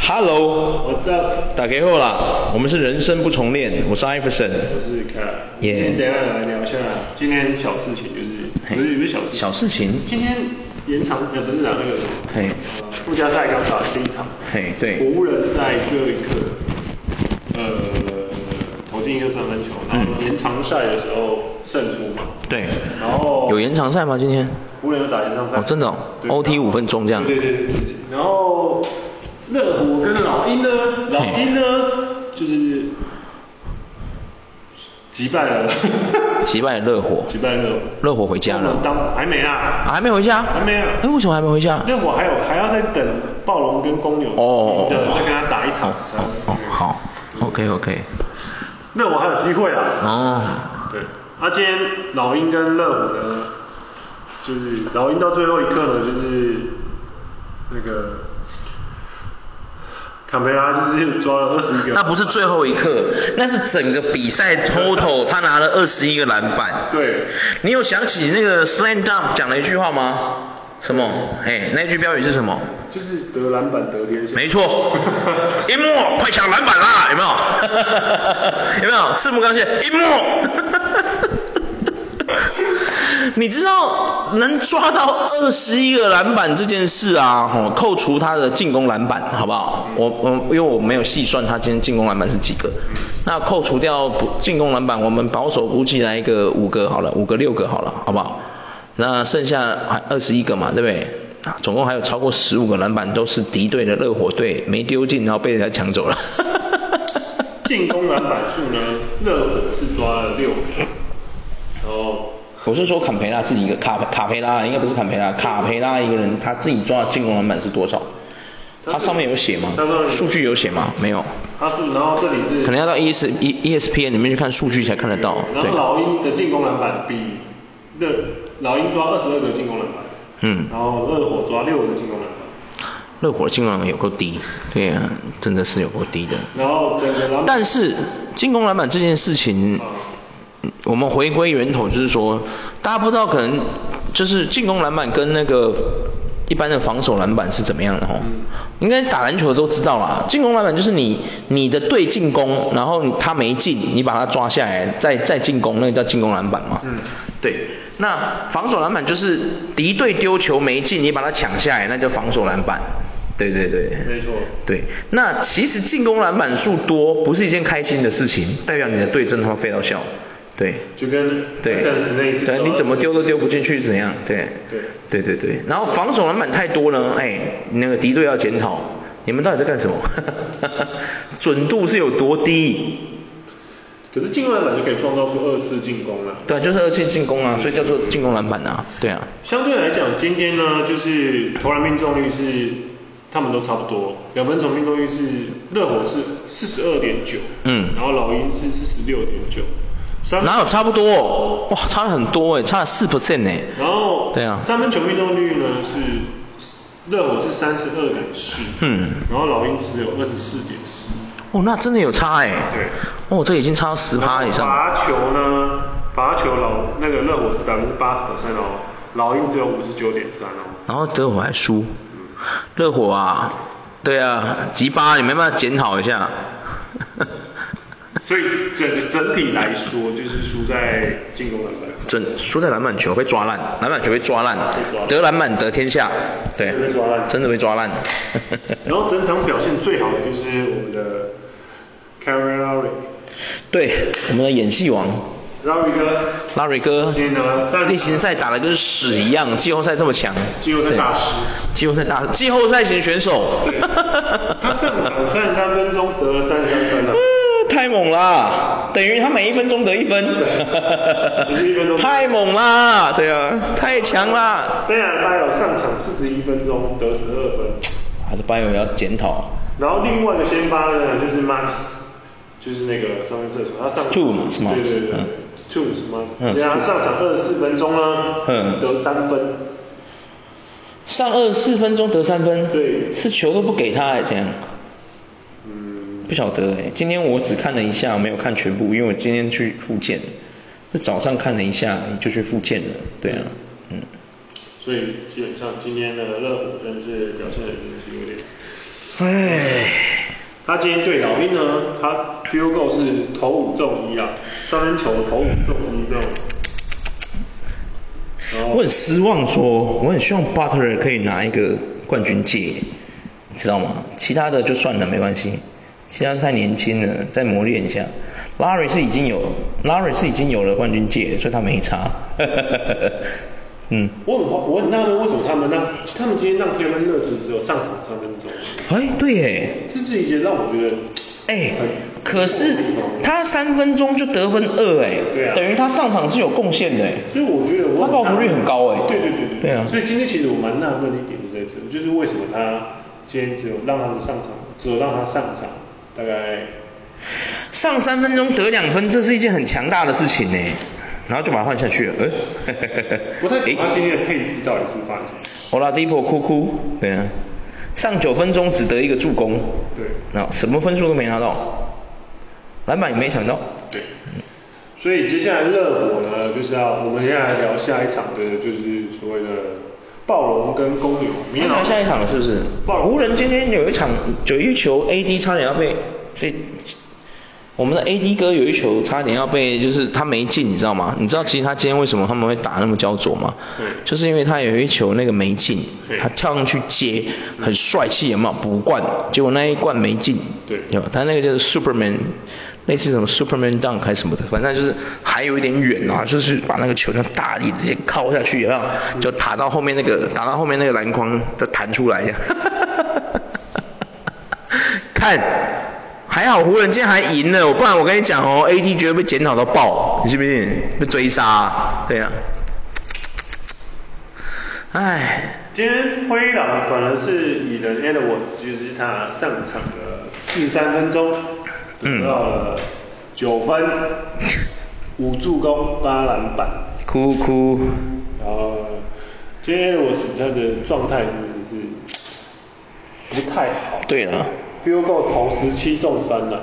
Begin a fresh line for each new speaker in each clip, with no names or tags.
Hello，
我知道，
打给后啦，我们是人生不重练，我是 Iverson。
我是 k a 今
Yeah
天等一下来聊一下，今天小事情就是，
嘿
不是不是小事，
小事情
今天延长呃不是啊那个，
嘿
呃附加赛刚打完第一场，
嘿对
湖人在这一刻，呃，投进一个三分球，然后
嗯
延长赛的时候胜出嘛，
对
然后
有延长赛吗？今天？
湖人有打延长赛，
哦真的哦
对
OT 五分钟这样
对对对对对，然后热火跟老鹰呢，老
嘿
鹰呢就是击败了，
击败热火。
击败热火，
热火回家了
热火当还没啊，
啊还没回家？
还没啊
哎，为什么还没回家？
热火还有还要再等暴龙跟公牛
哦哦哦
对，再跟他打一场
哦，哦哦，好，OK OK。
热火还有机会啊，
哦，
对，那、今天老鹰跟热火呢，就是老鹰到最后一刻呢，就是那个坎培拉就是抓了二十一个，
那不是最后一刻，那是整个比赛 total 他拿了二十一个篮板。
对，
你有想起那个 Slam Dunk 讲的一句话吗？什么？哎，那句标语是什么？
就是得篮板得天下，
没错，一莫快抢篮板啦，有没有？有没有？赤木刚宪一 莫，你知道能抓到二十一个篮板这件事啊，吼，扣除他的进攻篮板，好不好？我我因为我没有细算他今天进攻篮板是几个，那扣除掉不进攻篮板，我们保守估计来一个五个好了，五个六个好了，好不好？那剩下还二十一个嘛，对不对？啊，总共还有超过十五个篮板都是敌对的热火队没丢进，然后被人家抢走了。
进攻篮板数呢，热火是抓了六个，然后
我是说坎培拉自己一个卡卡培拉，应该不是坎培拉，卡培拉一个人他自己抓的进攻篮板是多少？他上面有写吗
他说？
数据有写吗？没有，
他是然后这里是
可能要到 E S E E S P N 里面去看数据才看得到。
然
对
后，老鹰的进攻篮板比热老鹰抓二十二个进攻篮板，
嗯
然后热火抓六个进攻篮板。
热火的进攻篮板有够低，对啊，真的是有够低的。
然后整个篮板
但是进攻篮板这件事情，
啊
我们回归源头，就是说，大家不知道可能就是进攻篮板跟那个一般的防守篮板是怎么样的哦。应该打篮球的都知道啦，进攻篮板就是你你的队进攻，然后他没进，你把他抓下来，再再进攻，那个叫进攻篮板嘛。
嗯
对，那防守篮板就是敌队丢球没进，你把它抢下来，那叫防守篮板。对对对，
没错
对，那其实进攻篮板数多不是一件开心的事情，代表你的队真他妈废到笑。对，
就跟
对，
暂时那一次抓
对，你怎么丢都丢不进去，怎样？对，
对
对对对然后防守篮板太多呢，哎，那个敌队要检讨，你们到底在干什么？ 准度是有多低？
可是进攻篮板就可以创造出二次进攻了。
对啊，就是二次进攻啊，所以叫做进攻篮板啊，对啊。
相对来讲，今天呢，就是投篮命中率是他们都差不多，两分球命中率是热火是四十二点九，
嗯
然后老鹰是四十六点九，三
哪有差不多？哇，差了很多哎，差了四 percent 哎。
然后
对啊
三分球命中率呢是热火是三十二点四，
嗯
然后老鹰只有二十四点四，
哦，那真的有差哎。
对。
哦，这已经差到十趴以上了。
罚球呢，罚球老那个热火是百分之八十三哦，老鹰只有五十九点三哦。
然后热火还输，热火啊，对啊，吉巴你没办法检讨一下。
所以整个整体来说，就是输在进攻篮板上。
准输在篮板球被抓烂，篮板球被抓烂
抓烂，
得篮板得天下，对
真的被抓，烂
真的被抓烂。
然后整场表现最好的就是我们的 c a r r y l o w r y
对，我们的演戏王
l o w r y 哥
拉瑞哥
今天拿了三，
例行赛打得跟屎一样，季后赛这么强，
季后赛大师
对季后赛大季后赛型选手，
他上场三十三分钟得了三十三分 了。
呃太猛啦！等于他每一分钟得一分
每一分 钟，
太猛啦！对啊，太强啦！
贝尔巴有上场四十一分钟得十二分。
还是班友要检讨
然后另外一个先发呢，就是 Max，就是那个上面射手，他上
Stu 嘛是吗
对对对
嗯
，Stu 是吗？
嗯
对啊，他上场二十四分钟呢，
嗯
得三分，
上二十四分钟得三分，
对
是球都不给他哎，怎样？
嗯，
不晓得哎，今天我只看了一下，没有看全部，因为我今天去复健，就早上看了一下就去复健了，对啊，嗯，
所以基本上今天的热火真的是表现的真的是有点
唉，
他今天对老鹰呢，他 field goal 是投五中一啊，三分球投五中一这样。然后
我很失望说，我很希望 Butler 可以拿一个冠军戒，你知道吗？其他的就算了，没关系。其他太年轻了，再磨练一下。Larry 是已经有，Larry 是已经有了冠军戒，所以他没差。 嗯，
我很我很纳闷，为什么他们让他们今天让 k e v 乐只只有上场三分钟？啊
哎，对耶，
这是一件让我觉得，
哎
很，
可是他三分钟就得分二，哎，
对啊
等于他上场是有贡献的，哎，
所以我觉得我
他报复率很高哎
对对对对，
对啊
所以今天其实我蛮纳闷的一点就在这，就是为什么他今天只有让他们上场，只有让他上场大概
上三分钟得两分，这是一件很强大的事情呢。哎然后就把他换下去了，哎、
不太 懂
诶
他今天的配置到底是发生什么事。
o l a d i p o 哭哭，对啊，上九分钟只得一个助攻，
对
然后什么分数都没拿到，篮板也没抢到，
对，所以接下来热火呢，就是要我们现在来聊下一场的，就是所谓的暴龙跟公牛，明天
拿下一场了是不是？
暴龙
湖人今天有一场有一球 AD 差点要被，所以我们的 AD 哥有一球差点要被，就是他没进，你知道吗？你知道其实他今天为什么他们会打那么焦灼吗？
对
就是因为他有一球那个没进
对，
他跳上去接，很帅气，有没有补灌？结果那一灌没进，
对
有他那个就是 Superman，类似什么 Superman dunk 还是什么的，反正就是还有一点远啊，就是把那个球像大力直接靠下去，有没有？就打到后面那个打到后面那个篮筐，再弹出来一样。 看，还好湖人今天还赢了，不然我跟你讲哦，AD 绝对被检讨到爆，你信不信？被追杀、对啊。唉，
今天灰狼反而是以人 Edwards，就是他上场了四三分钟，得到了九分、五助攻、八篮板，
哭哭，
然后今天 Edwards 他的状态真的是不太好。
对了，
，Field Goal 投十七中三了、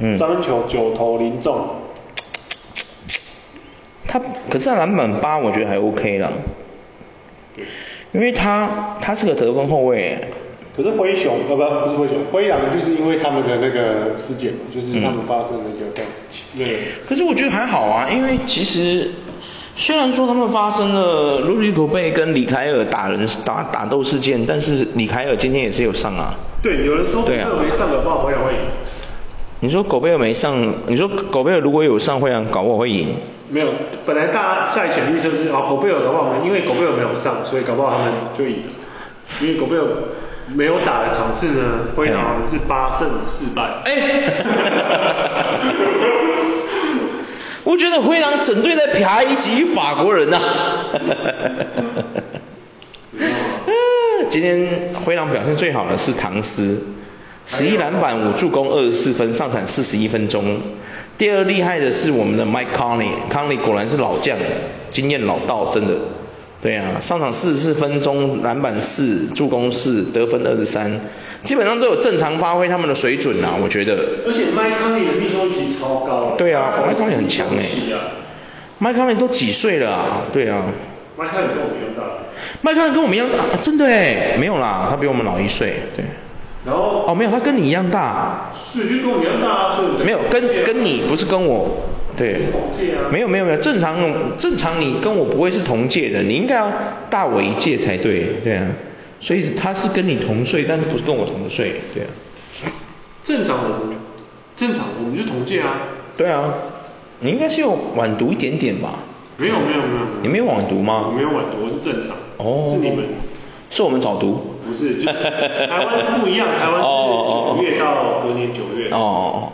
嗯
三分球九投零中，
他可是他篮板八，我觉得还 OK 啦，
对。
因为他他是个得分后卫，
可是灰熊呃不不是灰熊，灰狼就是因为他们的那个事件嘛，就是他们发生的那个、那个。
可是我觉得还好啊，因为其实虽然说他们发生了卢迪狗贝跟李凯尔打人打打斗事件，但是李凯尔今天也是有上啊。
对，有人说
对啊
热没上的话，我也会赢。
你说狗贝尔没上，你说狗贝尔如果有上会让搞不好会赢。
没有，本来大家赛前预测是啊，狗贝尔的话，我们因为狗贝尔没有上，所以搞不好他们就赢了。因为狗贝尔没有打的场次呢，灰狼是八胜四败。哎、
我觉得灰狼整队在啪一级法国人呐、啊 今天灰狼表现最好的是唐斯，十一篮板五助攻二十四分，上场四十一分钟。第二厉害的是我们的 Mike Conley，Conley 果然是老将，经验老道，真的。对啊，上场四十四分钟，篮板四，助攻四，得分二十三，基本上都有正常发挥他们的水准啦、我觉得。
而且麦康利的命中率其实超高了。
对啊麦康利很强哎
啊
麦康利都几岁了啊？对啊，
麦康利跟我们一样大。
麦康利跟我们一样大，啊真的哎，没有啦，他比我们老一岁，对。
然后
哦，没有，他跟你一样大，
是就跟我们一样大啊，所以我们
没有跟跟你不是跟我，对
同届啊，
没有没有没有，正常正常你跟我不会是同届的，你应该要大我一届才对，对啊，所以他是跟你同岁，但是不是跟我同岁，对啊，
正常我们正常我们就同届啊。
对啊，你应该是有晚读一点点吧？
没有没有没有，
你没有晚读
我
吗？
没有晚读，我是正常。
哦，
是你们。
是我们早读。
不是， 就是台湾是不一样，台
哦
湾
哦哦
是九月到隔年九月，
哦哦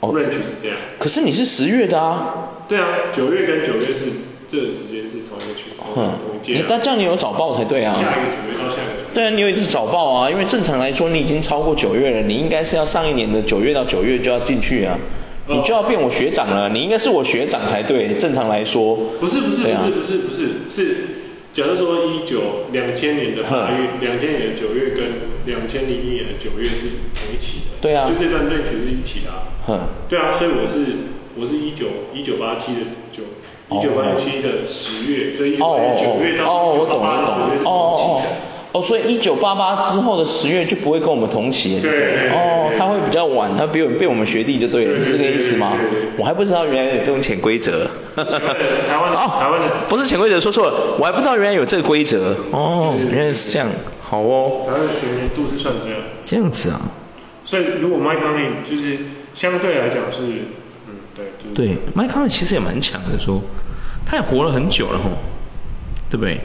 哦哦
range 是这样。
可是你是十月的啊，
对啊，九月跟九月是这个时间是同一个区，
哼
同一，届
你
啊。
嗯但这样你有早报才对啊。
下一个九月到下一个九月，
对啊，你有一次早报啊，因为正常来说你已经超过九月了，你应该是要上一年的九月到九月就要进去啊，
哦
你就要变我学长了，你应该是我学长才对，正常来说。
不是不是不
对啊
是不是不是是，假如说一九两千年的八月，
嗯
两千年的九月跟两千零一年的九月是同一起的，
对啊嗯
就这段 range 是一起的啊。
哼，
对啊，所以我是我是一九一九八七的九
哦
一九八七的十月，所以
哦哦
九月
哦，
到
哦，我
九
懂
八
我
八
懂
九
哦
月，是
哦
同
哦
期的。，
哦，所以一九八八之后的十月就不会跟我们同期了。
对对对
哦，
对
他会比较晚，他比我被我们学弟就对了，
对对
是这个意思吗
对对对？
我还不知道原来有这种潜规则。台
台湾的台湾的
不是潜规则，说错了，我还不知道原来有这个规则。哦，
对对对
原来是这样，好哦，
然后学年度是算这样。
这样子啊。
所以如果 Mike Conley 就是相对来讲是，嗯，对，就是
对，麦康其实也蛮强的说，他也活了很久了吼，对不对？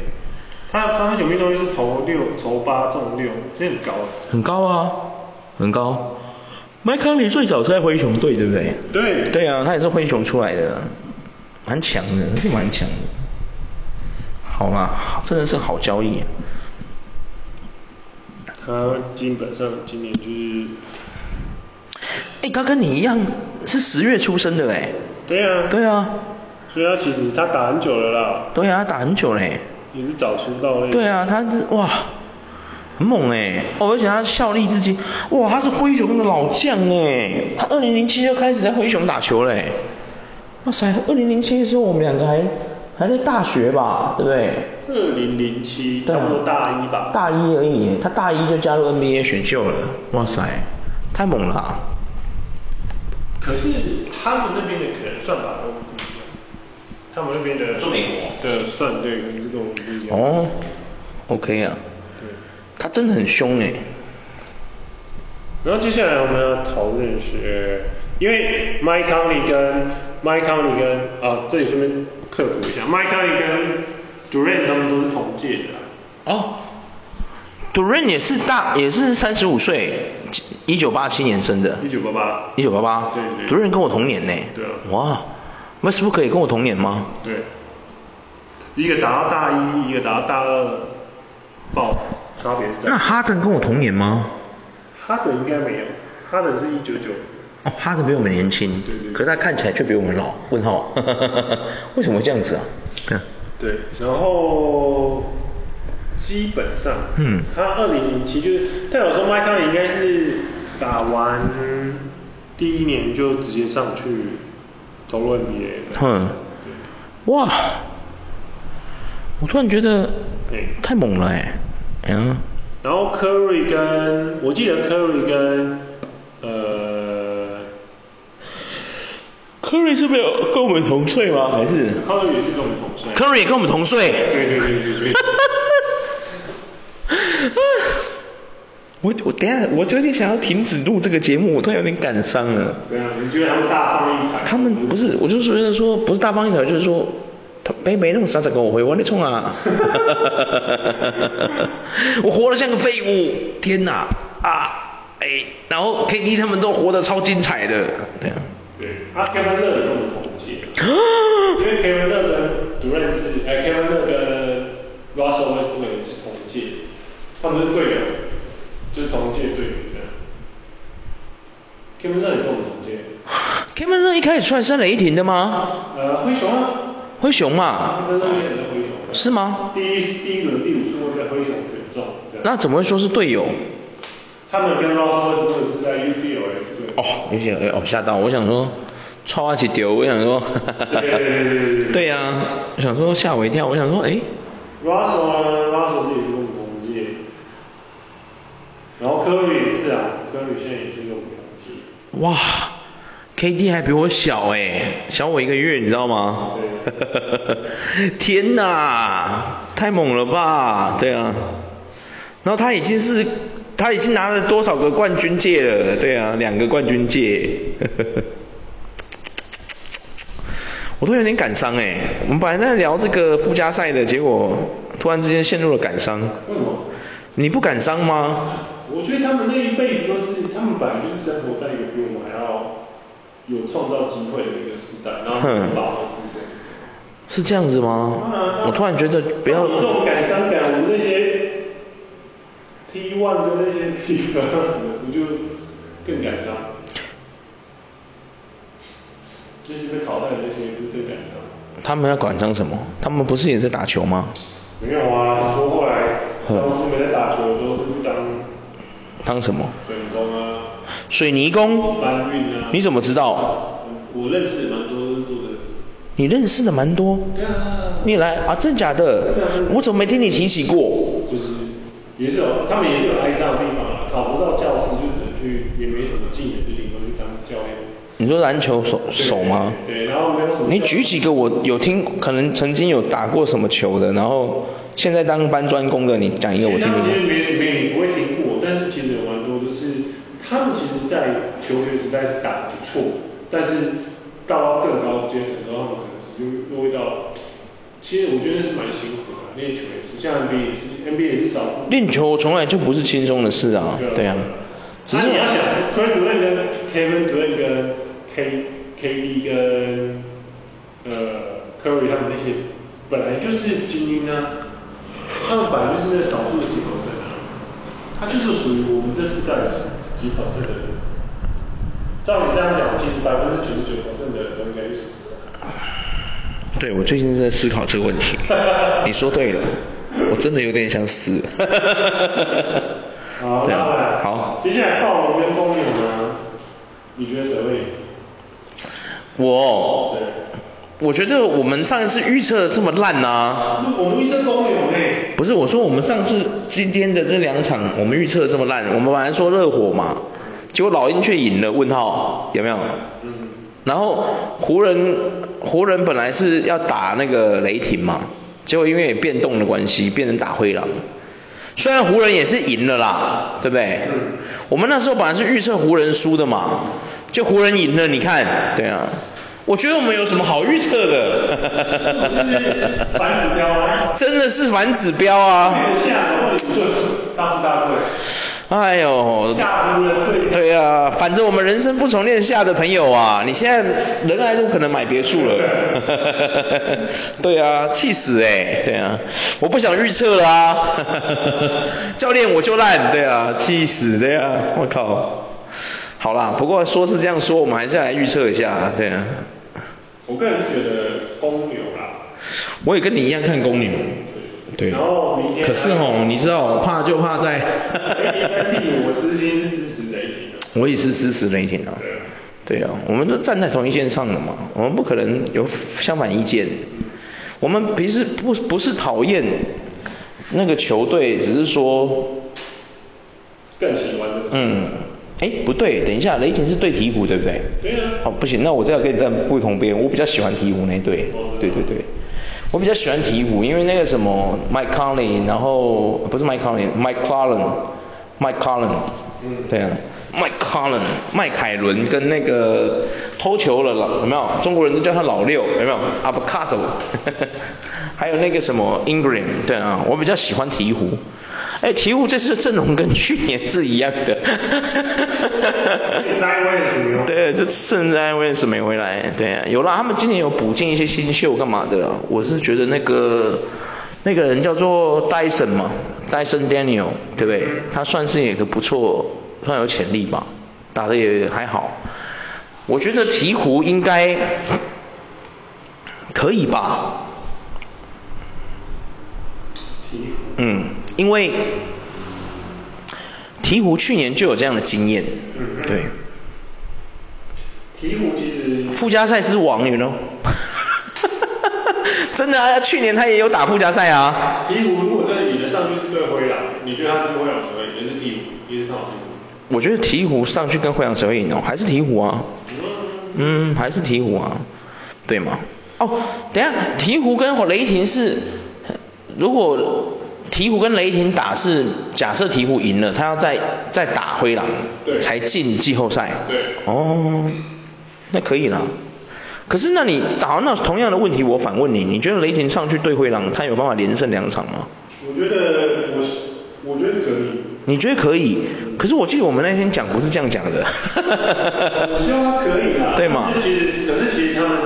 他三分球命中率是投六、投八中六，这很高哎。
很高啊，很高。麦康尼最早是在灰熊队，对不对？
对
对啊，他也是灰熊出来的，蛮强的，是蛮强的。好啦，真的是好交易、啊。
他基本上今年就是，
哎，他跟你一样是十月出生的哎。
对啊，
对啊，
所以他其实他打很久了啦，
对啊，他打很久嘞。
也是早出道类。
对啊，他是哇，很猛哎、哦，而且他效力至今，哇，他是灰熊的老将哎、他二零零七就开始在灰熊打球嘞、哇塞，二零零七的时候我们两个还还在大学吧，对不对？
二零零七，
对
差
啊
不多大一吧。
大一而已、他大一就加入 NBA 选秀了，哇塞，太猛了、啊！
可是他们那边的可能算法跟我们不一样，他们那边的
就美国
的算对，可能是跟我们不一样。
哦，OK 啊，
对。
他真的很凶哎、
然后接下来我们要讨论是，因为 Mike Conley 跟 Mike Conley 跟啊，这里顺便科普一下，Mike Conley 跟 Durant 他们都是同届的、啊，
哦，杜润也是大，也是三十五岁，一九八七年生的。
一九八八。
一九八八，
对对
杜润跟我同年呢。
对啊
哇，Westbrook 也跟我同年吗？
对。一个打到大一，一个打到大二，爆差别是
那
在。
哈登跟我同年吗？
哈登应该没有，哈登是一九九。
哦，哈登比我们年轻，
对对对
可是他看起来却比我们老。问号，为什么这样子啊？ 对，
对，然后基本上，
嗯
他二零零七就是，但我说麦康应该是打完第一年就直接上去投入 NBA 的，
哼，哇，我突然觉得
对，
太猛了哎，嗯，
然后 Curry 跟我记得 Curry 跟呃
科瑞是不是有跟我们同岁吗？还是
，Curry 也是跟我们同岁，
科瑞也跟我们同岁？
对对对对对，
我我等一下，我就有点想要停止录这个节目，我突然有点感伤了。
对啊，你觉得他们大放异彩？
他们不是，我就觉得说不是大方一条，就是说他没没那么傻傻跟我回，我在冲啊， 我活得像个废物，天哪啊哎，然后 KD 他们都活得超精彩的，对啊，
对，他 Kevin Love 跟我们同届。因为 Kevin Love 跟主任是，哎，Kevin Love 跟 Russell Westbrook 是同一届，他们是队友，就是同一届队友这样。Kevin Love 也跟我们同届，
Kevin 热一开始出来是在雷霆的吗？
呃，灰熊啊
灰熊嘛，
，Kevin Love 也很在灰熊，
啊是吗？
第一第一轮第五顺位被灰熊选中，这样。
那怎么会说是队友？
他们跟 Russell Westbrook 是在 UCLA 是队友。
哦，有些哎哦吓到，我想说，超啊起丢，我想说，
对对对对对
对呀、我想说吓我一跳，我想说哎，
Russell 啊，Russell 自己跟我们同届，然后 Curry 也是啊，Curry 现在也是跟我们同届。
哇，KD 还比我小哎，小我一个月，你知道吗？ 天哪，太猛了吧？对啊，然后他已经是他已经拿了多少个冠军戒了？对啊，两个冠军戒。 我都有点感伤哎，我们本来在聊这个附加赛的，结果突然之间陷入了感伤。
为什么？
你不感伤吗？
我觉得他们那一辈子都是，他们本来就是生活在一个比我们还要有创造机会的一个时代，然后他们把握住这样子。
是这样子吗
当然啊？
我突然觉得不要
像我们这种感伤感，我们那些 T one 跟那些 P 二什么，不就更感伤？那些被淘汰的那些不是更感伤？
他们要管伤什么？他们不是也在打球吗？
没有啊，很多后来
嗯
当初没在打球的时候，是去当
当什么？
水工啊、
水泥工？
搬运啊。
你怎么知道？
我认识蛮多人做的。
你认识的蛮多。
对啊，
你也来啊？真假的？我怎么没听你提起过？
就是也是有，他们也是有哀伤的地方啊。考不到教师就只能去，也没什么技能，就顶多去当教练。
你说篮球手
对
手吗？
对，然后没有什么。
你举几个我有听，可能曾经有打过什么球的，然后现在当搬砖工的，你讲一个我听
他
听
们其实
看。
没没你不会听过，但是其实有蛮多就是他们其实，在求学时代是打得不错，但是到更高阶层之后，他们可能就又会到，其实我觉得是蛮辛苦的，练球也是，像 NBA 也是，NBA 也是少数。
练球从来就不是轻松的事啊，对啊。只
那、
是
你要想 c r a i g Durant 跟 Kevin Durant 跟 K KD 跟呃 Curry 他们这些本来就是精英啊，他们本来就是那少数的鸡头生啊，他就是属于我们这世代的鸡头生的人。照你这样讲，其实百分之九十九的人都应该去死了。
对，我最近在思考这个问 题。你说对了，我真的有点想 死。
好，
对
那回
啊
来，
好。
接下来暴龙跟公牛呢？你觉得谁会赢？
我，
哦对。
我觉得我们上一次预测的这么烂啊，
我们医生公牛呢？
不是我说我们上次今天的这两场我们预测的这么烂，我们本来说热火嘛，结果老鹰却赢了，问号有没有？
嗯，
然后湖人湖人本来是要打那个雷霆嘛，结果因为变动的关系，变成打灰狼。虽然湖人也是赢了啦，对不对？
嗯
我们那时候本来是预测湖人输的嘛，就湖人赢了，你看，对啊。我觉得我们有什么好预测的？
反指标啊
真的是反指标啊！
年下的问你顺，大富大贵，
哎呦，
下湖人队
对啊，反正我们人生不从恋下的朋友啊，你现在仁爱路可能买别墅了。 对啊，气死哎、对啊，我不想预测啦、 教练我就烂，对啊，气死，对啊，我靠。好啦，不过说是这样说，我们还是来预测一下啊，对啊。
我个人是觉得公牛啦。
我也跟你一样看公牛。对。
然后明天啊
可是哦，你知道，我怕就怕在。
雷霆跟第五，我私心支持雷霆的。
我也是支持雷霆啊。
对啊
对啊，我们都站在同一线上的嘛，我们不可能有相反意见。我们平时不不是讨厌那个球队，只是说，
更喜欢这个。
嗯，哎，不对，等一下，雷霆是对鹈鹕，对不对？
对啊
哦，不行，那我这要跟你站不同边，我比较喜欢鹈鹕那队
哦。
对
真的
对对，我比较喜欢鹈鹕，因为那个什么 Mike Conley，然后不是 Mike Conley，Mike Collin，Mike Collin，
嗯
对啊。Mike Collin，麦凯伦跟那个偷球了老有没有？中国人都叫他老六有没有？Avocado，还有那个什么 Ingram，对啊，我比较喜欢鹈鹕。哎，鹈鹕这次的阵容跟去年是一样的。
第三位是牛。
对，就圣在威廉斯没回来，对啊，有啦，他们今年有补进一些新秀干嘛的啊、我是觉得那个那个人叫做戴森嘛，戴森 Daniel，对不对？他算是也个不错，算有潜力吧，打的也还好。我觉得鹈鹕应该可以吧，
鹈鹕。
嗯，因为鹈鹕去年就有这样的经验，
嗯
对。
鹈鹕其实
附加赛之王，you know？真的啊，去年他也有打附加赛啊。
鹈鹕如果真的比得上，就是对灰狼。你觉得他是灰狼谁会赢？也是鹈鹕，也是靠鹈鹕。
我觉得鹈鹕上去跟灰狼谁会赢哦？还是鹈鹕啊？
嗯。
嗯，还是鹈鹕啊，对吗？哦，等一下，鹈鹕跟雷霆是，如果鹈鹕跟雷霆打是假设鹈鹕赢了，他要再再打灰狼，
对
才进季后赛。
对
哦，那可以啦。可是那你好，那同样的问题我反问你，你觉得雷霆上去对灰狼，他有办法连胜两场吗？
我觉得我是，我觉得可以。
你觉得可以？可是我记得我们那天讲不是这样讲的。
我呃希望他可以啦。
对嘛
但是其实，可是其实他们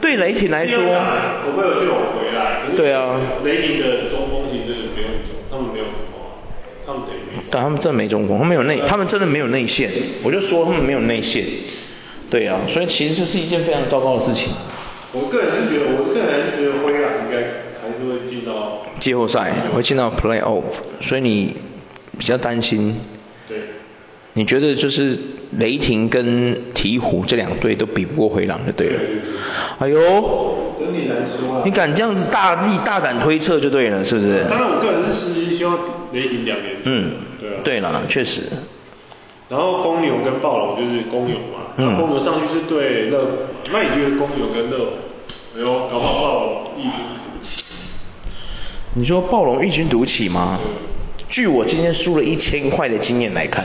对雷霆来说，
我会有就有回来。可是
对啊
雷霆的中锋其实真的没有很重，他们没有什么，啊他们等于没
但他们真的没中锋，他们有内，他们真的没有内线。我就说他们没有内线。对啊，所以其实这是一件非常糟糕的事情。
我个人是觉得，我个人是觉得灰狼应该还是会进到
季后赛会进到 playoff，所以你比较担心，
对。
你觉得就是雷霆跟鹈鹕这两队都比不过灰狼就对了。哎呦，
整体来说啊，
你敢这样子大力大胆推测就对了，是不是？
当然我个人是私心希望雷霆两连胜。
嗯，
对啊。
对了，确实，
然后公牛跟暴龙就是公牛嘛，
嗯
那公牛上去是对热火嘛，那你觉得公牛跟热火，哎呦，搞不好暴龙异军突起，
你说暴龙异军突起吗？
对
据我今天输了一千块的经验来看，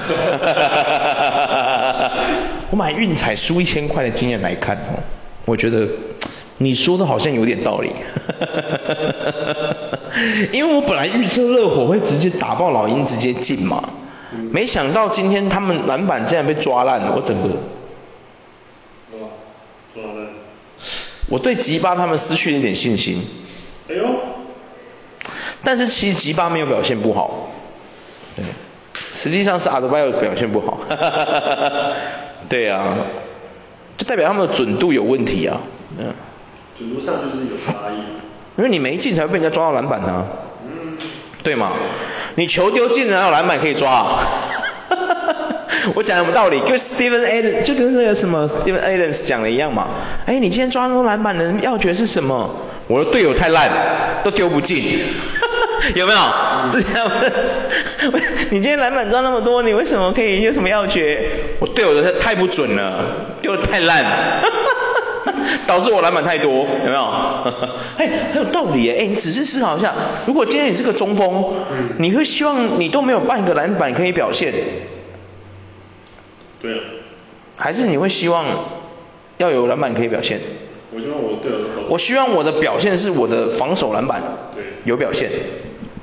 我买运彩输一千块的经验来看哦，我觉得你说的好像有点道理， 因为我本来预测热火会直接打爆老鹰直接进嘛，没想到今天他们篮板竟然被抓烂了，我整个
对吧？抓了，
我对吉巴他们失去了一点信心，
哎呦，
但是其实吉巴没有表现不好，对，实际上是阿德巴约表现不好， 对啊，就代表他们的准度有问题啊，嗯，
准度上就是有差异，
因为你没进才会被人家抓到篮板啊，
嗯，
对吗？你球丢进了，哪有篮板可以抓 啊？我讲什么道理？跟 Steven Adams 就跟那个什么 Steven Adams 讲的一样嘛。哎，你今天抓那么多篮板的要诀是什么？我的队友太烂，都丢不进， 有 没有？这样，你今天篮板抓那么多，你为什么可以？你有什么要诀？我队友的太不准了，丢的太烂。 导致我篮板太多，有没有？ 嘿，很有道理耶。哎，你仔细思考一下，如果今天你是个中锋，你会希望你都没有半个篮板可以表现，
对啊，
还是你会希望要有篮板可以表现？
我希望我的队友都
我希望我的表现是我的防守篮板
对
有表现，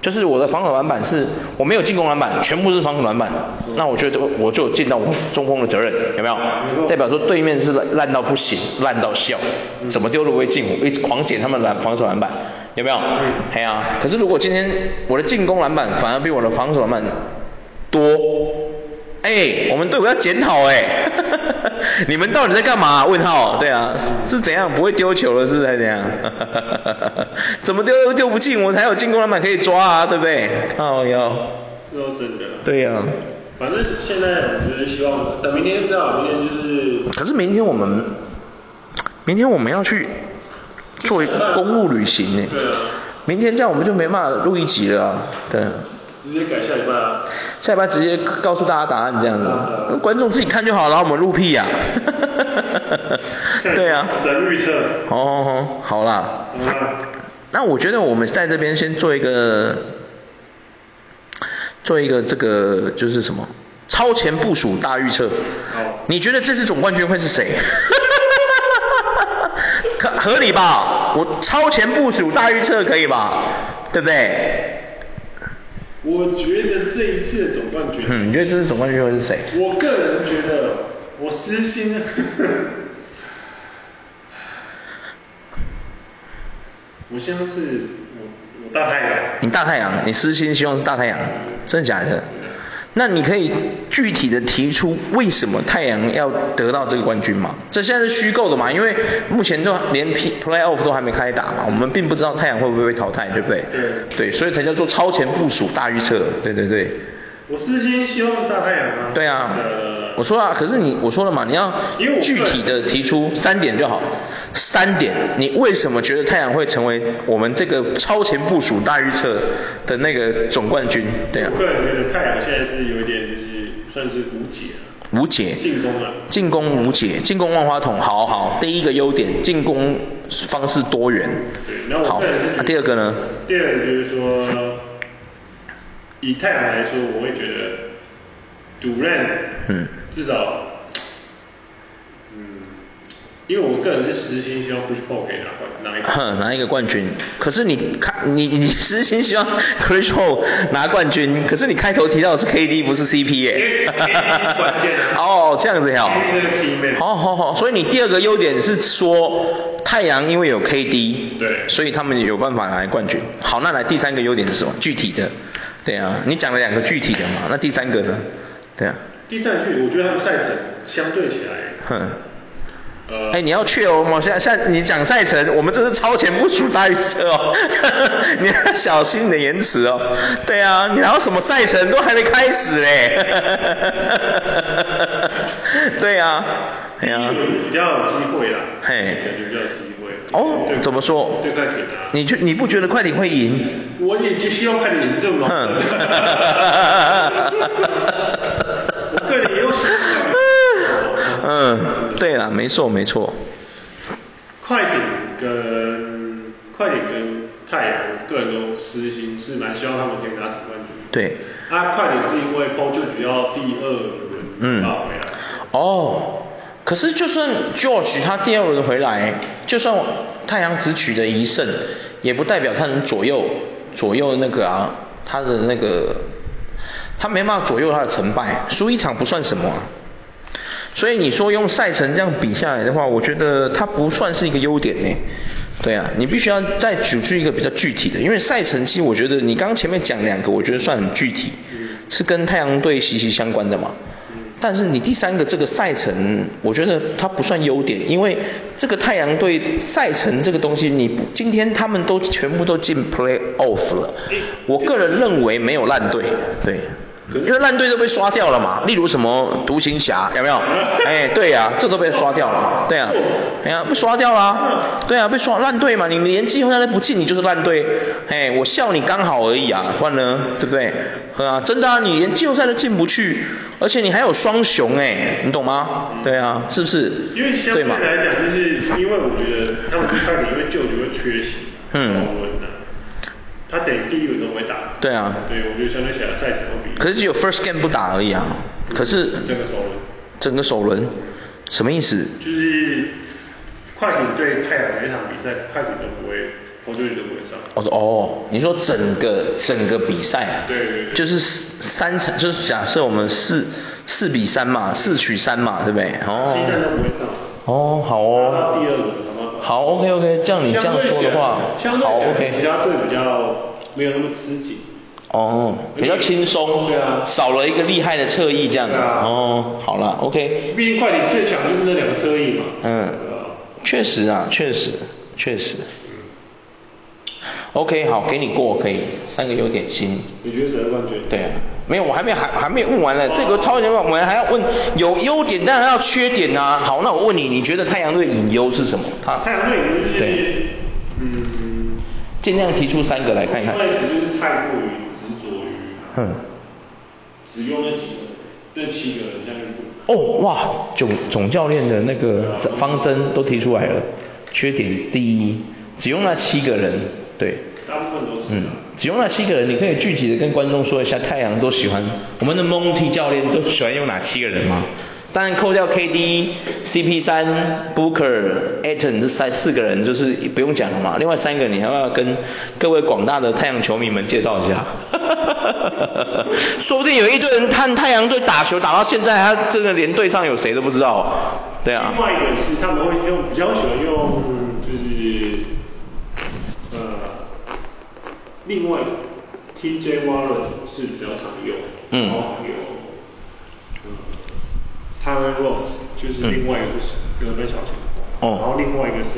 就是我的防守篮板是我没有进攻篮板，全部是防守篮板，那我觉得我就有尽到我中锋的责任，有没有？
错
代表说对面是烂烂到不行，烂到笑，怎么丢都不会进，我一直狂捡他们篮防守篮板，有没有？哎呀、可是如果今天我的进攻篮板反而比我的防守篮板多。哎、我们队伍要检讨哎， 你们到底在干嘛、问号，对啊，是怎样不会丢球了，是还是怎样？ 怎么丢都丢不进，我才有进攻篮板可以抓啊，对不对？靠腰，
这都真的啊，
对呀、
反正现在我就是希望等明天知道，明天就是
可是明天我们，明天我们要去做一个公路旅行呢。
对啊
明天这样我们就没办法录一集了啊、对。
直接改下礼拜啊，
下礼拜直接告诉大家答案这样子
嗯，
那观众自己看就好了，然后我们录屁呀、 对啊。
神预测，
哦哦，哦好啦。
啊，
那我觉得我们在这边先做一个，做一个这个就是什么超前部署大预测。你觉得这次总冠军会是谁？ 可合理吧？我超前部署大预测可以吧？对不对？
我觉得这一次的总冠军，
嗯，你觉得这次总冠军会是谁？
我个人觉得，我私心， 我现在是我我大太阳，
你大太阳，你私心希望是大太阳，真的假的？那你可以具体的提出为什么太阳要得到这个冠军吗？这现在是虚构的嘛，因为目前都连 P playoff 都还没开打嘛，我们并不知道太阳会不会被淘汰，对不对？对，所以才叫做超前部署大预测，对对对。
我私心希望大太阳啊。
对啊
呃，
我说啊，可是你我说了嘛，你要
因为我
具体的提出三点就好，三点，你为什么觉得太阳会成为我们这个超前部署大预测的那个总冠军？对啊
我，个人觉得太阳现在是有一点就是算是无解啊，
无解，
进攻啊，
进攻无解，进攻万花筒，好好，第一个优点，进攻方式多元
对，然，后我
好
个人是觉，得
那第二个呢？
第二个就是说，以太阳来说，我会觉得杜兰，
嗯，
至少，嗯，因为我个人是实心希望 push ball 可以拿回拿一个，
哼， 拿一个冠军。可是你看，你你私心希望 Chris Paul 拿冠军，可是你开头提到的是 KD 不是 CP
因为
耶、
KD 关键 啊
哦，这样子呀。
KD 是个 key man
好好好，所以你第二个优点是说太阳因为有 KD，
对
所以他们有办法拿来冠军。好，那来第三个优点是什么？具体的。对啊，你讲了两个具体的嘛，那第三个呢？对啊，
第三句我觉得他们赛程相对起来，
哼，
呃
哎，你要去哦，我们现在现在你讲赛程，我们这是超前部署大预测哦， 你要小心你的言辞哦。对啊，你还有什么赛程都还没开始嘞。 对啊，哎呀、
第一轮比较有机会啦，
嘿
感觉比较有机会。
哦
对
怎么说
对快艇啊，
你就你不觉得快艇会赢？
我也就希望快点赢这种。
哼
我个人也有希望
嗯，对啦，没错没错。
快艇跟快艇跟太阳，我个人都私心是蛮希望他们可以拿总冠军。
对
啊，快点是因为 p o 就只要第二轮
嗯
打回来，
哦，可是就算 George 他第二轮回来，就算太阳只取得一胜，也不代表他能左右左右那个啊，他的那个，他没办法左右他的成败，输一场不算什么啊。所以你说用赛程这样比下来的话，我觉得它不算是一个优点呢。对啊，你必须要再举出一个比较具体的，因为赛程其实我觉得你刚刚前面讲两个，我觉得算很具体，是跟太阳队息息相关的嘛。但是你第三个这个赛程，我觉得它不算优点，因为这个太阳队赛程这个东西，你不今天他们都全部都进 play off 了，我个人认为没有烂队，对，因为烂队都被刷掉了嘛，例如什么独行侠有没有？ 哎，对呀、这都被刷掉了嘛，对呀、哎呀、被刷掉了、啊，对啊，被刷烂队嘛，你连季后赛都不进，你就是烂队，哎，我笑你刚好而已啊，不然呢，对不对？啊，真的啊，你连季后赛都进不去，而且你还有双雄哎，你懂吗？对啊，是不是？
因为相
对
对
嘛，
来讲，就是因为我觉得他们快点因为旧就会缺席，
嗯
首轮啊，他等于第一轮都不会打。
对啊
对，我觉得相对起来赛程会比
可是只有 first game 不打而已啊，可是
整个首轮，
整个首轮什么意思？
就是快艇对太阳那场比赛，快艇都不会，侯俊宇都不会上。
我说哦，你说整个整个比赛啊，
对对对
就是三场，就是假设我们四四比三嘛，四取三嘛，对不对？
西站都
哦，
不会上。
哦，好
打到第
哦，
二轮，好不好？
好，OK OK，这样你这样说的话，
相对起来
好
相对
OK，
起来其他队比较没有那么吃紧。
哦，比较轻松，
对啊
少了一个厉害的侧翼这样，
对啊
哦，好了，OK，
毕竟快艇最强就是那两个车翼嘛。
嗯
对啊
确实啊，确实，确实，OK，好，给你过，可以，三个优点，行。
你觉得谁会冠军？
对啊，没有，我还没还还没问完呢。这个超级问，我们还要问有优点，当然要缺点啊。好，那我问你，你觉得太阳队隐忧是什么？他
太阳队已经就是
对，
嗯，
尽量提出三个来看看。
那时就是太过于执着于，
嗯，
只用那几个人，那七个人下去补。
哦哇，总总教练的那个方针都提出来了。缺点第一，只用那七个人，对，
大部分都是、啊
嗯，只用那七个人，你可以具体的跟观众说一下太阳都喜欢我们的蒙蒂教练都喜欢用哪七个人吗？当然扣掉 KD、CP3、Booker、Aton 这三四个人就是不用讲了嘛，另外三个你还要不要跟各位广大的太阳球迷们介绍一下。 说不定有一堆人看太阳队打球打到现在，他真的连队上有谁都不知道。对啊
另，外一个是他们会用比较喜欢用，就是呃，另外 TJ Warren 是比较常用，
嗯
然后还有嗯 t y r o Rose 就是另外一个是得分小前锋，
嗯哦
然后另外一个是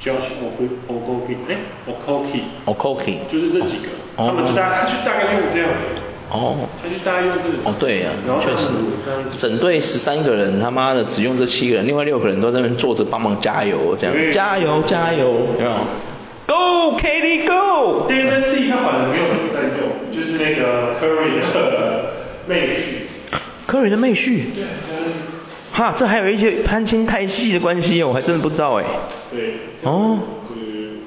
Josh o k o k i 哎 o k o k i
哦 k o k i
就是这几个，
哦
他们就大他就大概用这样。
哦。
他就大概用这个
哦，对呀、
然后
确实，整队十三个人，他妈的只用这七个人，另外六个人都在那边坐着帮忙加油，这样
对
加油加油，有没有？Go KD Go！
d a v i D 他反而没有什么在用，就是那个 Curry 的妹婿。
科瑞的妹婿，
对
哈，这还有一些攀亲带系的关系哦，我还真的不知道哎。
对。
哦，
就是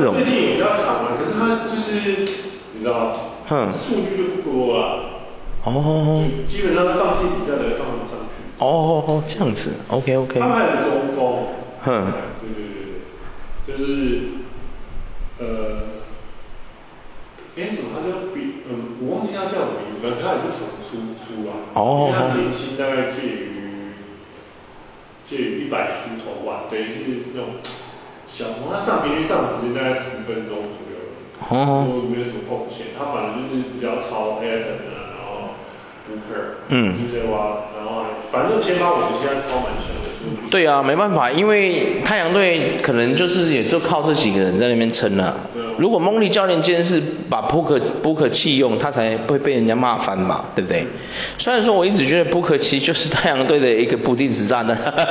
是哦
啊最，近也比较长了，可是他就是你知道，
嗯
数据就不多了，
哦
就基本上放弃比赛的放不上去。
哦哦，这样子，OK OK，
他们还有中锋。
嗯
对对对对，就是呃。哎，怎么他叫比嗯，我忘记他叫什么名字，反正他也是常出出啊。
哦
因为他年薪大概介于介于一百出头吧，等于是那种小红，他上平均上时间大概十分钟左右，
哦
都没有什么贡献。他反正就是比较超 a t o n 啊，然后 Booker，
嗯
，DJ 哇，然后还反正先把我们现在超蛮凶的，就是
对啊，没办法，因为太阳队可能就是也就靠这几个人在那边撑了、
对啊
如果梦利教练今天是把 Booker Booker 弃用，他才不会被人家骂翻嘛，对不对？虽然说我一直觉得 Booker 其实就是太阳队的一个不定时炸弹。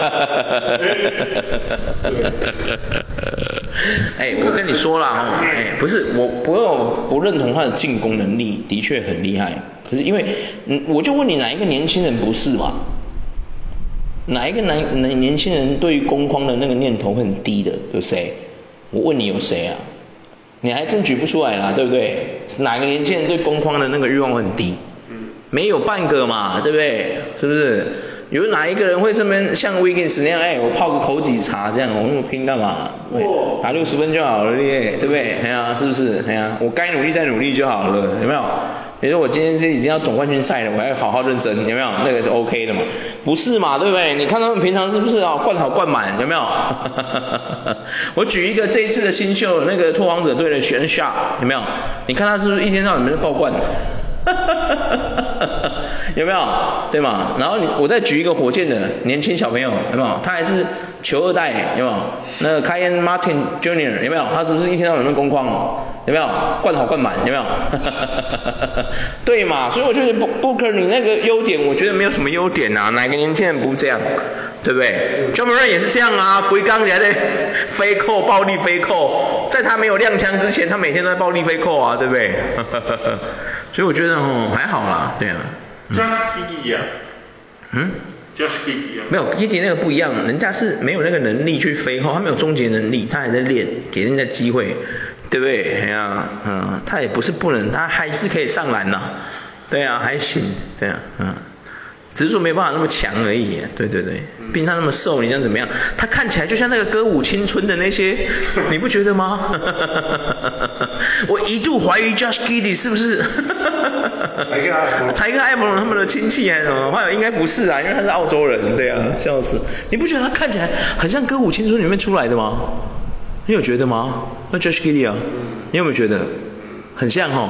哎，我跟你说啦，哦哎，不是，我不用不认同他的进攻能力，的确很厉害。可是因为，嗯，我就问你哪一个年轻人不是嘛？哪一个男男年轻人对于攻框的那个念头会很低的？有谁？我问你有谁啊？你还真举不出来啊啦，对不对？是哪个年轻人对攻框的那个欲望会很低？
嗯，
没有半个嘛，对不对？是不是？有哪一个人会这么像 Wiggins 那样？哎，我泡个口几茶这样，我那么拼干嘛？对
哇
打六十分就好了，对不对？哎呀、是不是？哎呀、我该努力再努力就好了，有没有？比如说我今天是已经要总冠军赛了，我还要好好认真，有没有？那个是 OK 的嘛？不是嘛，对不对？你看他们平常是不是啊、灌好灌满，有没有？ 我举一个这一次的新秀，那个拓荒者队的选下，有没有？你看他是不是一天到晚在爆灌？ 有没有？对嘛？然后你我再举一个火箭的年轻小朋友，有没有？他还是球二代，有没有？那个 k y a n Martin Jr. 有没有？他是不是一天到晚在攻框？有没有？灌好灌满，有没 有？对嘛？所以我觉得 Booker 你那个优点，我觉得没有什么优点啊，哪个年轻人不这样？对不对 j o h n m o r a n 也是这样啊，不会刚才在飞扣、暴力飞扣，在他没有踉跄之前，他每天都在暴力飞扣啊，对不对？ 所以我觉得哦，还好啦，对啊。
，Josh Giddy 啊
嗯，
，Josh Giddy 啊，
没有 k i t t y 那个不一样，人家是没有那个能力去飞后，他没有终结能力，他还在练，给人家机会，对不对？哎呀、嗯，他也不是不能，他还是可以上篮呐、对啊，还行，对啊，嗯，只是说没办法那么强而已，对对对，毕竟他那么瘦，你想怎么样？他看起来就像那个歌舞青春的那些，你不觉得吗？ 我一度怀疑 Josh Giddy 是不是
才跟艾弗隆
哦才跟艾弗隆他们的亲戚还是什么？后来应该不是啊，因为他是澳洲人，对啊，笑死！你不觉得他看起来很像《歌舞青春》里面出来的吗？你有觉得吗？那 Josh Giddy 啊，你有没有觉得很像哦？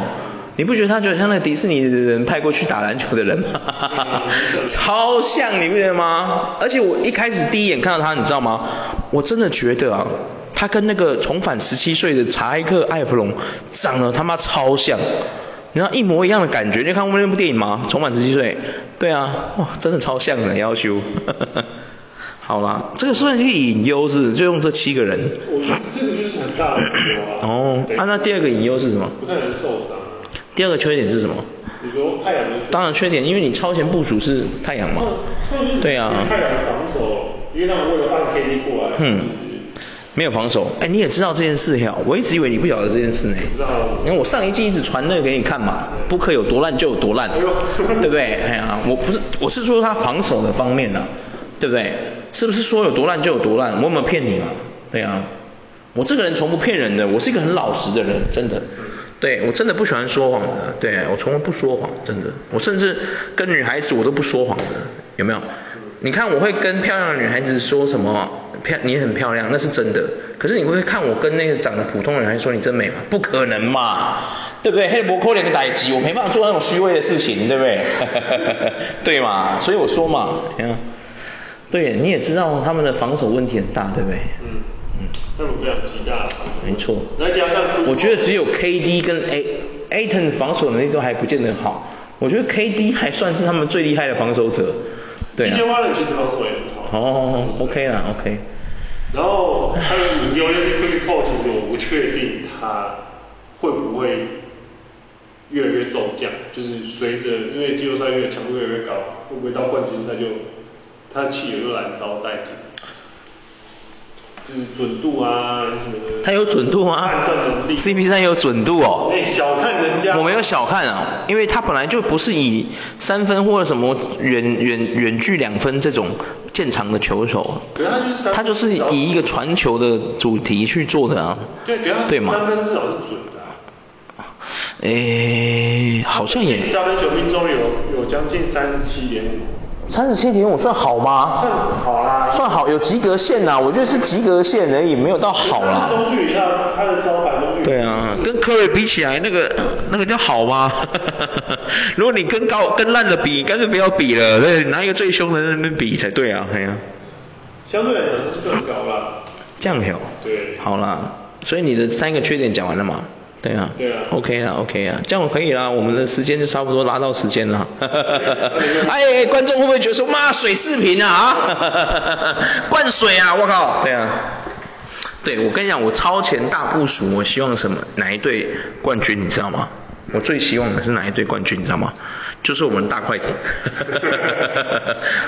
你不觉得他觉得像那个迪士尼的人派过去打篮球的人吗？ 超像，你不觉得吗？而且我一开始第一眼看到他，你知道吗？我真的觉得啊，他跟那个重返十七岁的查埃克·艾弗隆长得他妈超像，你知道一模一样的感觉。你有看过那部电影吗？重返十七岁，对啊，哇，真的超像的，要求。 好啦，这个算是隐忧是不是，就用这七个人。
我觉得这个就是很大的理由啊。
哦，
对
啊，那第二个隐忧是什么？
不太能受伤啊。
第二个缺点是什么？
你说太阳的球
当然缺点，因为你超前部署是太阳嘛
那那就是，
对啊，
太阳的防守，因为他们为了按 KD 过来，
嗯
就是
没有防守。哎，你也知道这件事呀，我一直以为你不晓得这件事呢。
知道啊
因为我上一季一直传那个给你看嘛，布克有多烂就有多烂，
哎呦
对不对？哎呀，我不是，我是说他防守的方面啊，对不对？是不是说有多烂就有多烂？我有没有骗你嘛？对啊，我这个人从不骗人的，我是一个很老实的人，真的。对，我真的不喜欢说谎的，对我从来不说谎，真的。我甚至跟女孩子我都不说谎的，有没有？你看我会跟漂亮的女孩子说什么漂你很漂亮，那是真的。可是你会看我跟那个长得普通的女孩子说你真美吗？不可能嘛，对不对？黑博扣脸的代级，我没办法做那种虚伪的事情，对不 对？对嘛，所以我说嘛，嗯，对，你也知道他们的防守问题很大，对不对？
嗯嗯，他们非常极大的防守，
没错
再加上
我觉得只有 KD 跟 A Aton 防守能力都还不见得好，我觉得 KD 还算是他们最厉害的防守者，对啊
一。千万人其实防守也很好。
哦，OK 啦，OK。
然后还有你有那些 quick call，其实我不确定他会不会越来越骤降，就是随着因为季后赛越强度越来越高，会不会到冠军赛就他的气流又燃烧殆尽？就是准度啊什么的，
他有准度吗
判断能力
？CP 三有准度哦。
哎、小看人家，
我没有小看啊，因为他本来就不是以三分或者什么远远远距两分这种见长的球手，
可是他就是三
他就是以一个传球的主题去做的啊。
对，给他
对嘛
三分至少是准的、啊，
诶，好像也
三分球命中有有将近三十七点五，
三十七点五算好吗？
算好啦
算好，有及格线啊呐、我觉得是及格线而已，没有到好啦
他。的中距离，他的他的招牌中距离，
对啊，跟科瑞比起来，那个那个叫好吗？ 如果你跟高跟烂的比，干脆不要比了，对，拿一个最凶的在那边比才对啊，哎呀、
相对来讲是算高啦。
这样有。
对
好啦，所以你的三个缺点讲完了嘛？对啊。
对啊
OK 啊，OK 啊，这样可以啦，我们的时间就差不多拉到时间了。
对
哎哎，观众会不会觉得说，妈，水视频啊 啊，灌水啊，我靠！对啊。对，我跟你讲，我超前大部署，我希望什么？哪一队冠军，你知道吗？我最希望的是哪一队冠军，你知道吗？就是我们大 快艇，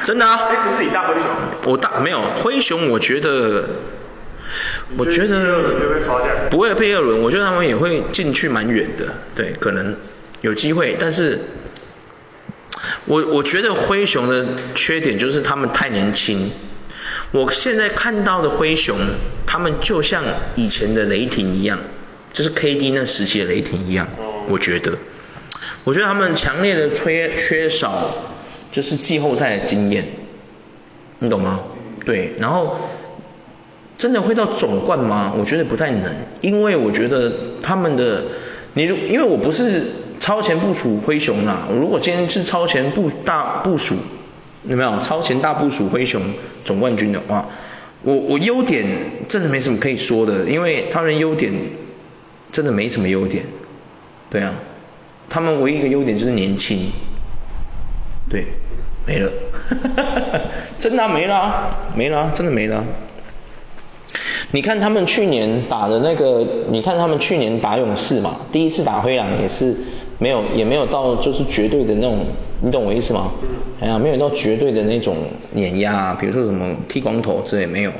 真的啊！
哎，不是你大灰熊，
我大没有灰熊，我觉得，我觉
你觉得你觉得会被淘汰
得不会被二轮，我觉得他们也会进去蛮远的，对，可能有机会，但是我我觉得灰熊的缺点就是他们太年轻。我现在看到的灰熊，他们就像以前的雷霆一样，就是 KD 那时期的雷霆一样，
哦
我觉得，我觉得他们强烈的缺缺少就是季后赛的经验，你懂吗？对，然后真的会到总冠吗？我觉得不太能，因为我觉得他们的，你如因为我不是超前部署灰熊啦，我如果今天是超前部大部署，有没有超前大部署灰熊总冠军的话，我我优点真的没什么可以说的，因为他们优点真的没什么优点，对啊，他们唯一一个优点就是年轻，对，没了， 真的啊、没了啊、没了啊、真的没了啊、你看他们去年打的那个，你看他们去年打勇士嘛，第一次打灰狼也是没有，也没有到就是绝对的那种，你懂我意思吗？哎呀，没有到绝对的那种碾压、啊，比如说什么剃光头之类没有，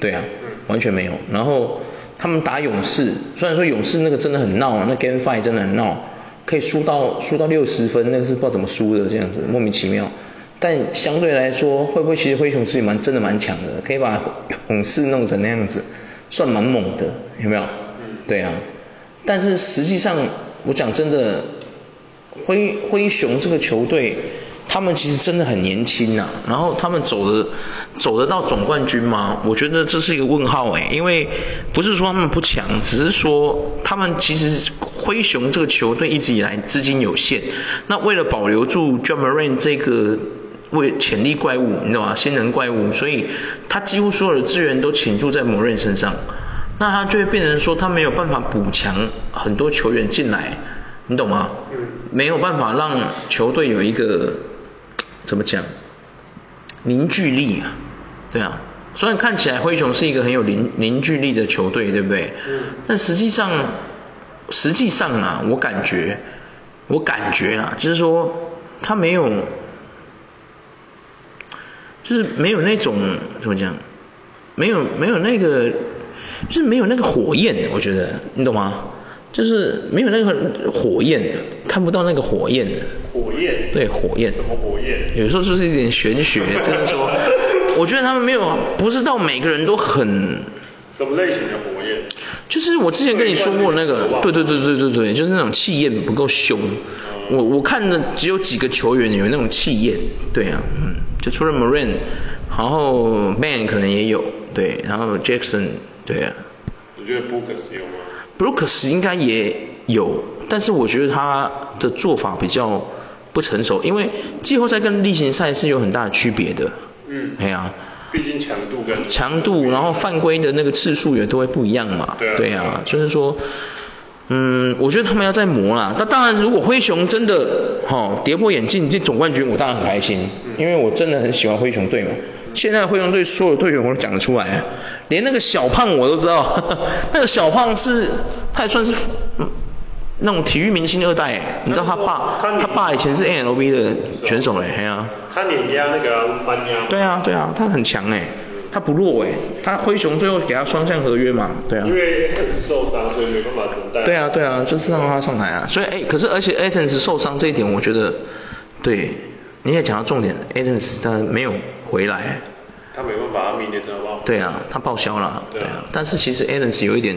对啊，完全没有。然后他们打勇士，虽然说勇士那个真的很闹啊，那 Game Five 真的很闹，可以输到输到六十分，那个是不知道怎么输的这样子，莫名其妙。但相对来说，会不会其实灰熊自己蛮真的蛮强的，可以把勇士弄成那样子，算蛮猛的，有没有？
嗯
对啊。但是实际上，我讲真的，灰灰熊这个球队，他们其实真的很年轻呐、啊然后他们走的走得到总冠军吗？我觉得这是一个问号哎，因为不是说他们不强，只是说他们其实灰熊这个球队一直以来资金有限，那为了保留住 j a m a r a n 这个。为潜力怪物，你懂吗？新人怪物，所以他几乎所有的资源都倾注在某人身上，那他就会变成说他没有办法补强很多球员进来，你懂吗？
嗯
没有办法让球队有一个怎么讲凝聚力啊，对啊。虽然看起来灰熊是一个很有凝凝聚力的球队，对不对？
嗯
但实际上，实际上啊，我感觉，我感觉啊，就是说他没有，就是没有那种怎么讲，没有没有那个，就是没有那个火焰，我觉得你懂吗？就是没有那个火焰，看不到那个火焰。
火焰，
对，火焰。
什么火焰？
有时候就是一点玄学，就是说，我觉得他们没有，不是到每个人都很，
什么类型的火焰？
就是我之前跟你说过那个，对对对对对对，就是那种气焰不够凶。我我看的只有几个球员有那种气焰，对啊，嗯，就除了 Marin，然后 Man 可能也有，对，然后 Jackson，对啊
你觉得 Booker 有吗？
，Brooks 应该也有，但是我觉得他的做法比较不成熟，因为季后赛跟例行赛是有很大的区别的。
嗯
哎呀、
毕竟强度跟
强度，然后犯规的那个次数也都会不一样嘛。
对啊
啊，就是说，嗯，我觉得他们要再磨啦。那当然，如果灰熊真的哦跌破眼镜进总冠军，我当然很开心，
嗯
因为我真的很喜欢灰熊队嘛。现在灰熊队所有队员我都讲得出来，连那个小胖我都知道， 呵呵那个小胖是他也算是。嗯那种体育明星二代，你知道他爸，
他啊
他爸以前是 N L B 的选手嘞，哎呀、
他碾压那个啊班亚，
对啊，对啊，他很强哎、他不弱哎、他灰熊最后给他双向合约嘛，对啊
因。为 Hans 受伤，所以没办法等待。
对啊，对啊，就是让他上台啊。所以哎，可是而且 Athens 受伤这一点，我觉得，对，你也讲到重点，Athens 他没有回来，
他没办法，他明年才报。
对啊，他报销了，
对
对啊。
啊
但是其实 Athens 有一点，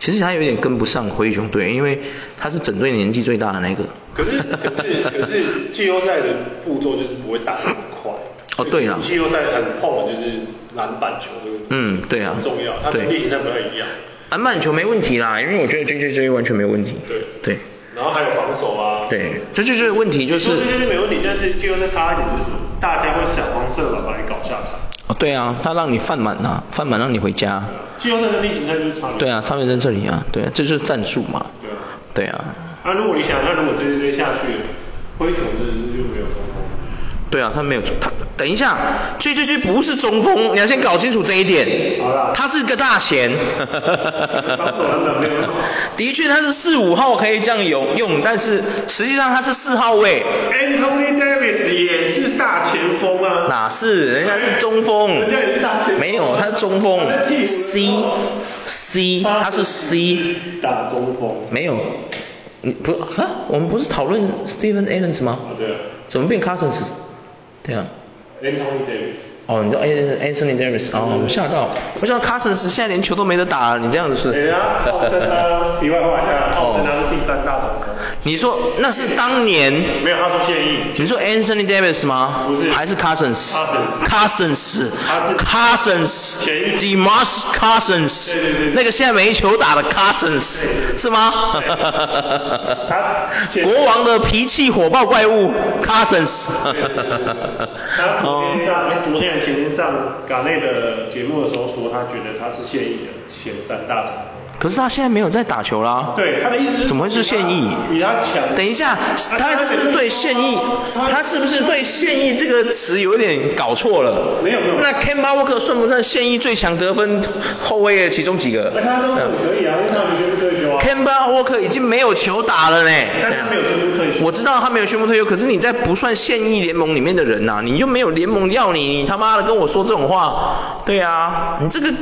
其实他有一点跟不上灰熊队，因为他是整队年纪最大的那个，
可是可是可是季后赛的步骤就是不会打那么快。
哦对啦
季后赛很碰的就是篮板球这个东西，
嗯对啊
很重要，它
对
跟例行赛不太一样。
篮板啊球没问题啦，因为我觉得 J J J 完全没问题。
对
对
然后还有防守啊，
对，这就是问题，就
你说
是
这些是没问题，但是季后赛差一点就是大家会想方设法把你搞下场。啊
哦对啊，他让你犯满啊，犯满让你回家。
季后赛跟例行赛就是差别。
对啊，差别在这里啊，对啊，这就是战术嘛。
对啊。
对啊，
那如果你想，那如果这些队下去，灰熊真的是就没有中锋。
对啊，他没有他等一下，J J J 不是中锋，你要先搞清楚这一点。
好啦
他是个大闲。
防守篮板没有那么好。
的确，他是四五号可以这样用用，但是实际上他是四号位，
Anthony Davis 也是大前锋啊。
哪是？人家是中锋。
人家也是大前锋
没有，他是中锋
他在替补的时
，C
候
C，他是 C，
打中锋。
没有。你不啊？我们不是讨论 Steven Adams 吗？
啊，对啊
怎么变 Cousins？对啊。
，Anthony Davis。
哦，你知道 An- Anthony Davis 哦，我吓到，我想 Cousins 现在连球都没得打了，你这样子
人
是？
家啊号称 他，题外话一下，
哦
号称他是第三大中锋。
你说那是当年，
没有，他说现役。
你说 Anthony Davis 吗？
不是
还是 Cousins？Cousins
他
Cousins
前一
Demarcus Cousins，
对对对对
那个现在没球打的 Cousins 是吗？
他 前
国王的脾气火爆怪物 Cousins，
对对对对他昨
哦
天上，哎昨天还前天上港内的节目的时候说，他觉得他是现役的前三大中锋。
可是他现在没有在打球啦。
对，他的意思是
怎么会是现役
比他强。
等一下，
啊
他是不是对现役，他是不是对现役这个词有点搞错了？
没有没有
那 k e m b a Walker 算不算现役最强得分后卫的其中几个
那他都很可以啊，因为哎他们全部退休啊。
k e m b a Walker 已经没有球打了呢。
但他没有宣布退休。
我知道他没有宣布退休，可是你在不算现役联盟里面的人呐、啊你又没有联盟要你，你他妈的跟我说这种话，对啊，你这个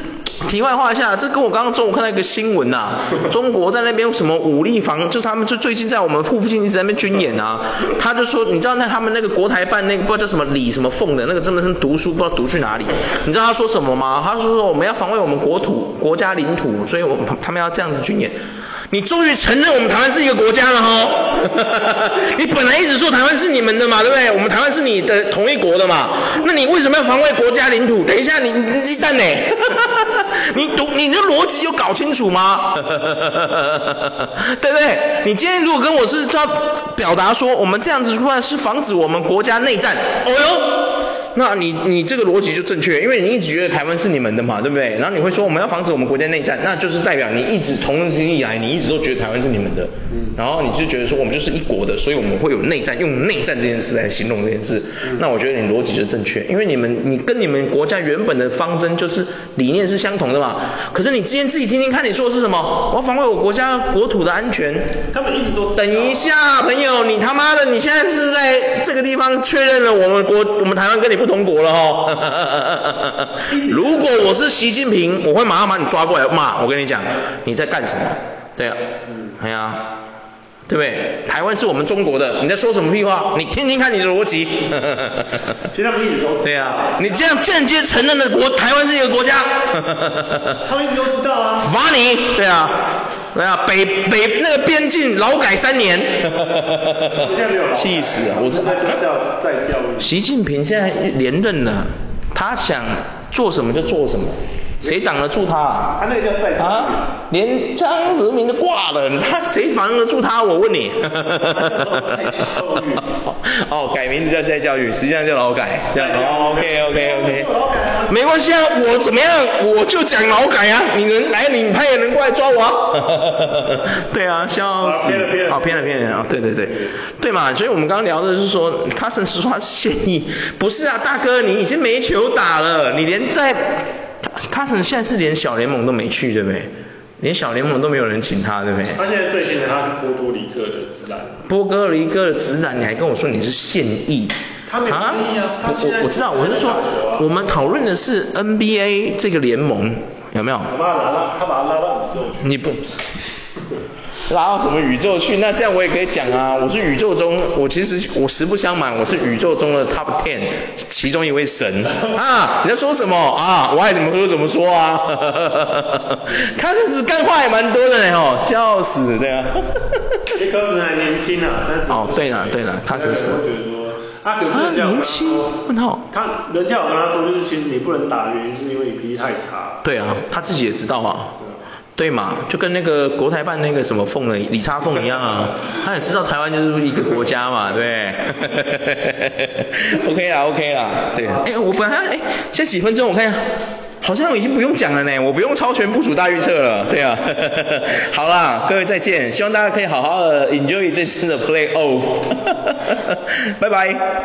题外话一下，这跟我刚刚中午看到一个新闻呐、啊中国在那边什么武力防，就是他们就最近在我们附近一直在那边军演啊，他就说，你知道那他们那个国台办那个不知道叫什么李什么凤的那个真的是读书不知道读去哪里，你知道他说什么吗？他说说我们要防卫我们国土国家领土，所以我们他们要这样子军演。你终于承认我们台湾是一个国家了哈！ 你本来一直说台湾是你们的嘛，对不对？我们台湾是你的同一国的嘛，那你为什么要防卫国家领土？等一下你你鸡蛋呢？ 你读你的逻辑有搞清楚吗？ 对不对？你今天如果跟我是要表达说我们这样子出来是防止我们国家内战，哦哟，那你你这个逻辑就正确，因为你一直觉得台湾是你们的嘛，对不对？然后你会说我们要防止我们国家内战，那就是代表你一直从那时以来，你一直都觉得台湾是你们的，然后你就觉得说我们就是一国的，所以我们会有内战，用内战这件事来形容这件事。那我觉得你逻辑就正确，因为你们你跟你们国家原本的方针就是理念是相同的嘛。可是你今天自己听听看，你说的是什么？我要防卫我国家国土的安全，
他们一直都
等一下，朋友，你他妈的，你现在是在这个地方确认了我们国，我们台湾跟你不同国了哈、如果我是习近平，我会马上把你抓过来骂。我跟你讲，你在干什么？对啊，哎呀、对不对？台湾是我们中国的，你在说什么屁话？你听听看你的逻辑。
其实他们一直都知道
对啊，你这样间接承认了国台湾是一个国家。
他们一直都知道啊。
罚你，对啊，对啊，北北那个边境劳改三年
现在没有，劳 改
气死啊！我这
在教在教育。
习近平现在连任了，他想做什么就做什么，谁挡得住他啊？
他那个叫在教育
啊，连张泽民都挂了，他谁防得住他？我问你
叫再教育。
哦，改名字叫再教育，实际上叫劳改，这样。哦，OK OK
没
OK
有劳改啊。
没关系啊，我怎么样，我就讲劳改啊，你能来，你派人过来抓我 啊。对啊，笑死。
啊偏了偏了
哦偏了偏了啊、哦，对对对，对嘛，所以我们刚刚聊的是说，他甚至说他是现役，不是啊，大哥，你已经没球打了，你连在，他可能现在是连小联盟都没去，对不对？连小联盟都没有人请他，对不对？
他现在最新的他是波多黎各的直男，
波哥黎各的直男，你还跟我说你是现役？
他没有现役啊他现在
我我知道，我是说
他在打球啊，
我们讨论的是 NBA 这个联盟有没有？
我把他拿到，他把他拉到宇宙去。
你不，拉到什么宇宙去？那这样我也可以讲啊，我是宇宙中，我其实我实不相瞒，我是宇宙中的 top ten 其中一位神啊！你在说什么啊？我爱怎么说怎么说啊！ 他这是干话也蛮多的呢哦，笑死对啊！
你高子还年轻啊，三十。
哦对啦对啦他只是
我觉得说啊，可是人家
啊
有跟
年
他
轻
说
问号
他人家有跟他说，就是其实你不能打的原因是因为你脾气太差。
对啊，他自己也知道啊，对嘛，就跟那个国台办那个什么凤的李查凤一样啊，他也知道台湾就是一个国家嘛，对 不对？OK 啦，OK 啦，对。哎，我本来哎，现在几分钟？我看一下。好像已经不用讲了呢，我不用超前部署大预测了，对啊， 好啦，各位再见，希望大家可以好好的 enjoy 这次的 play off，拜拜。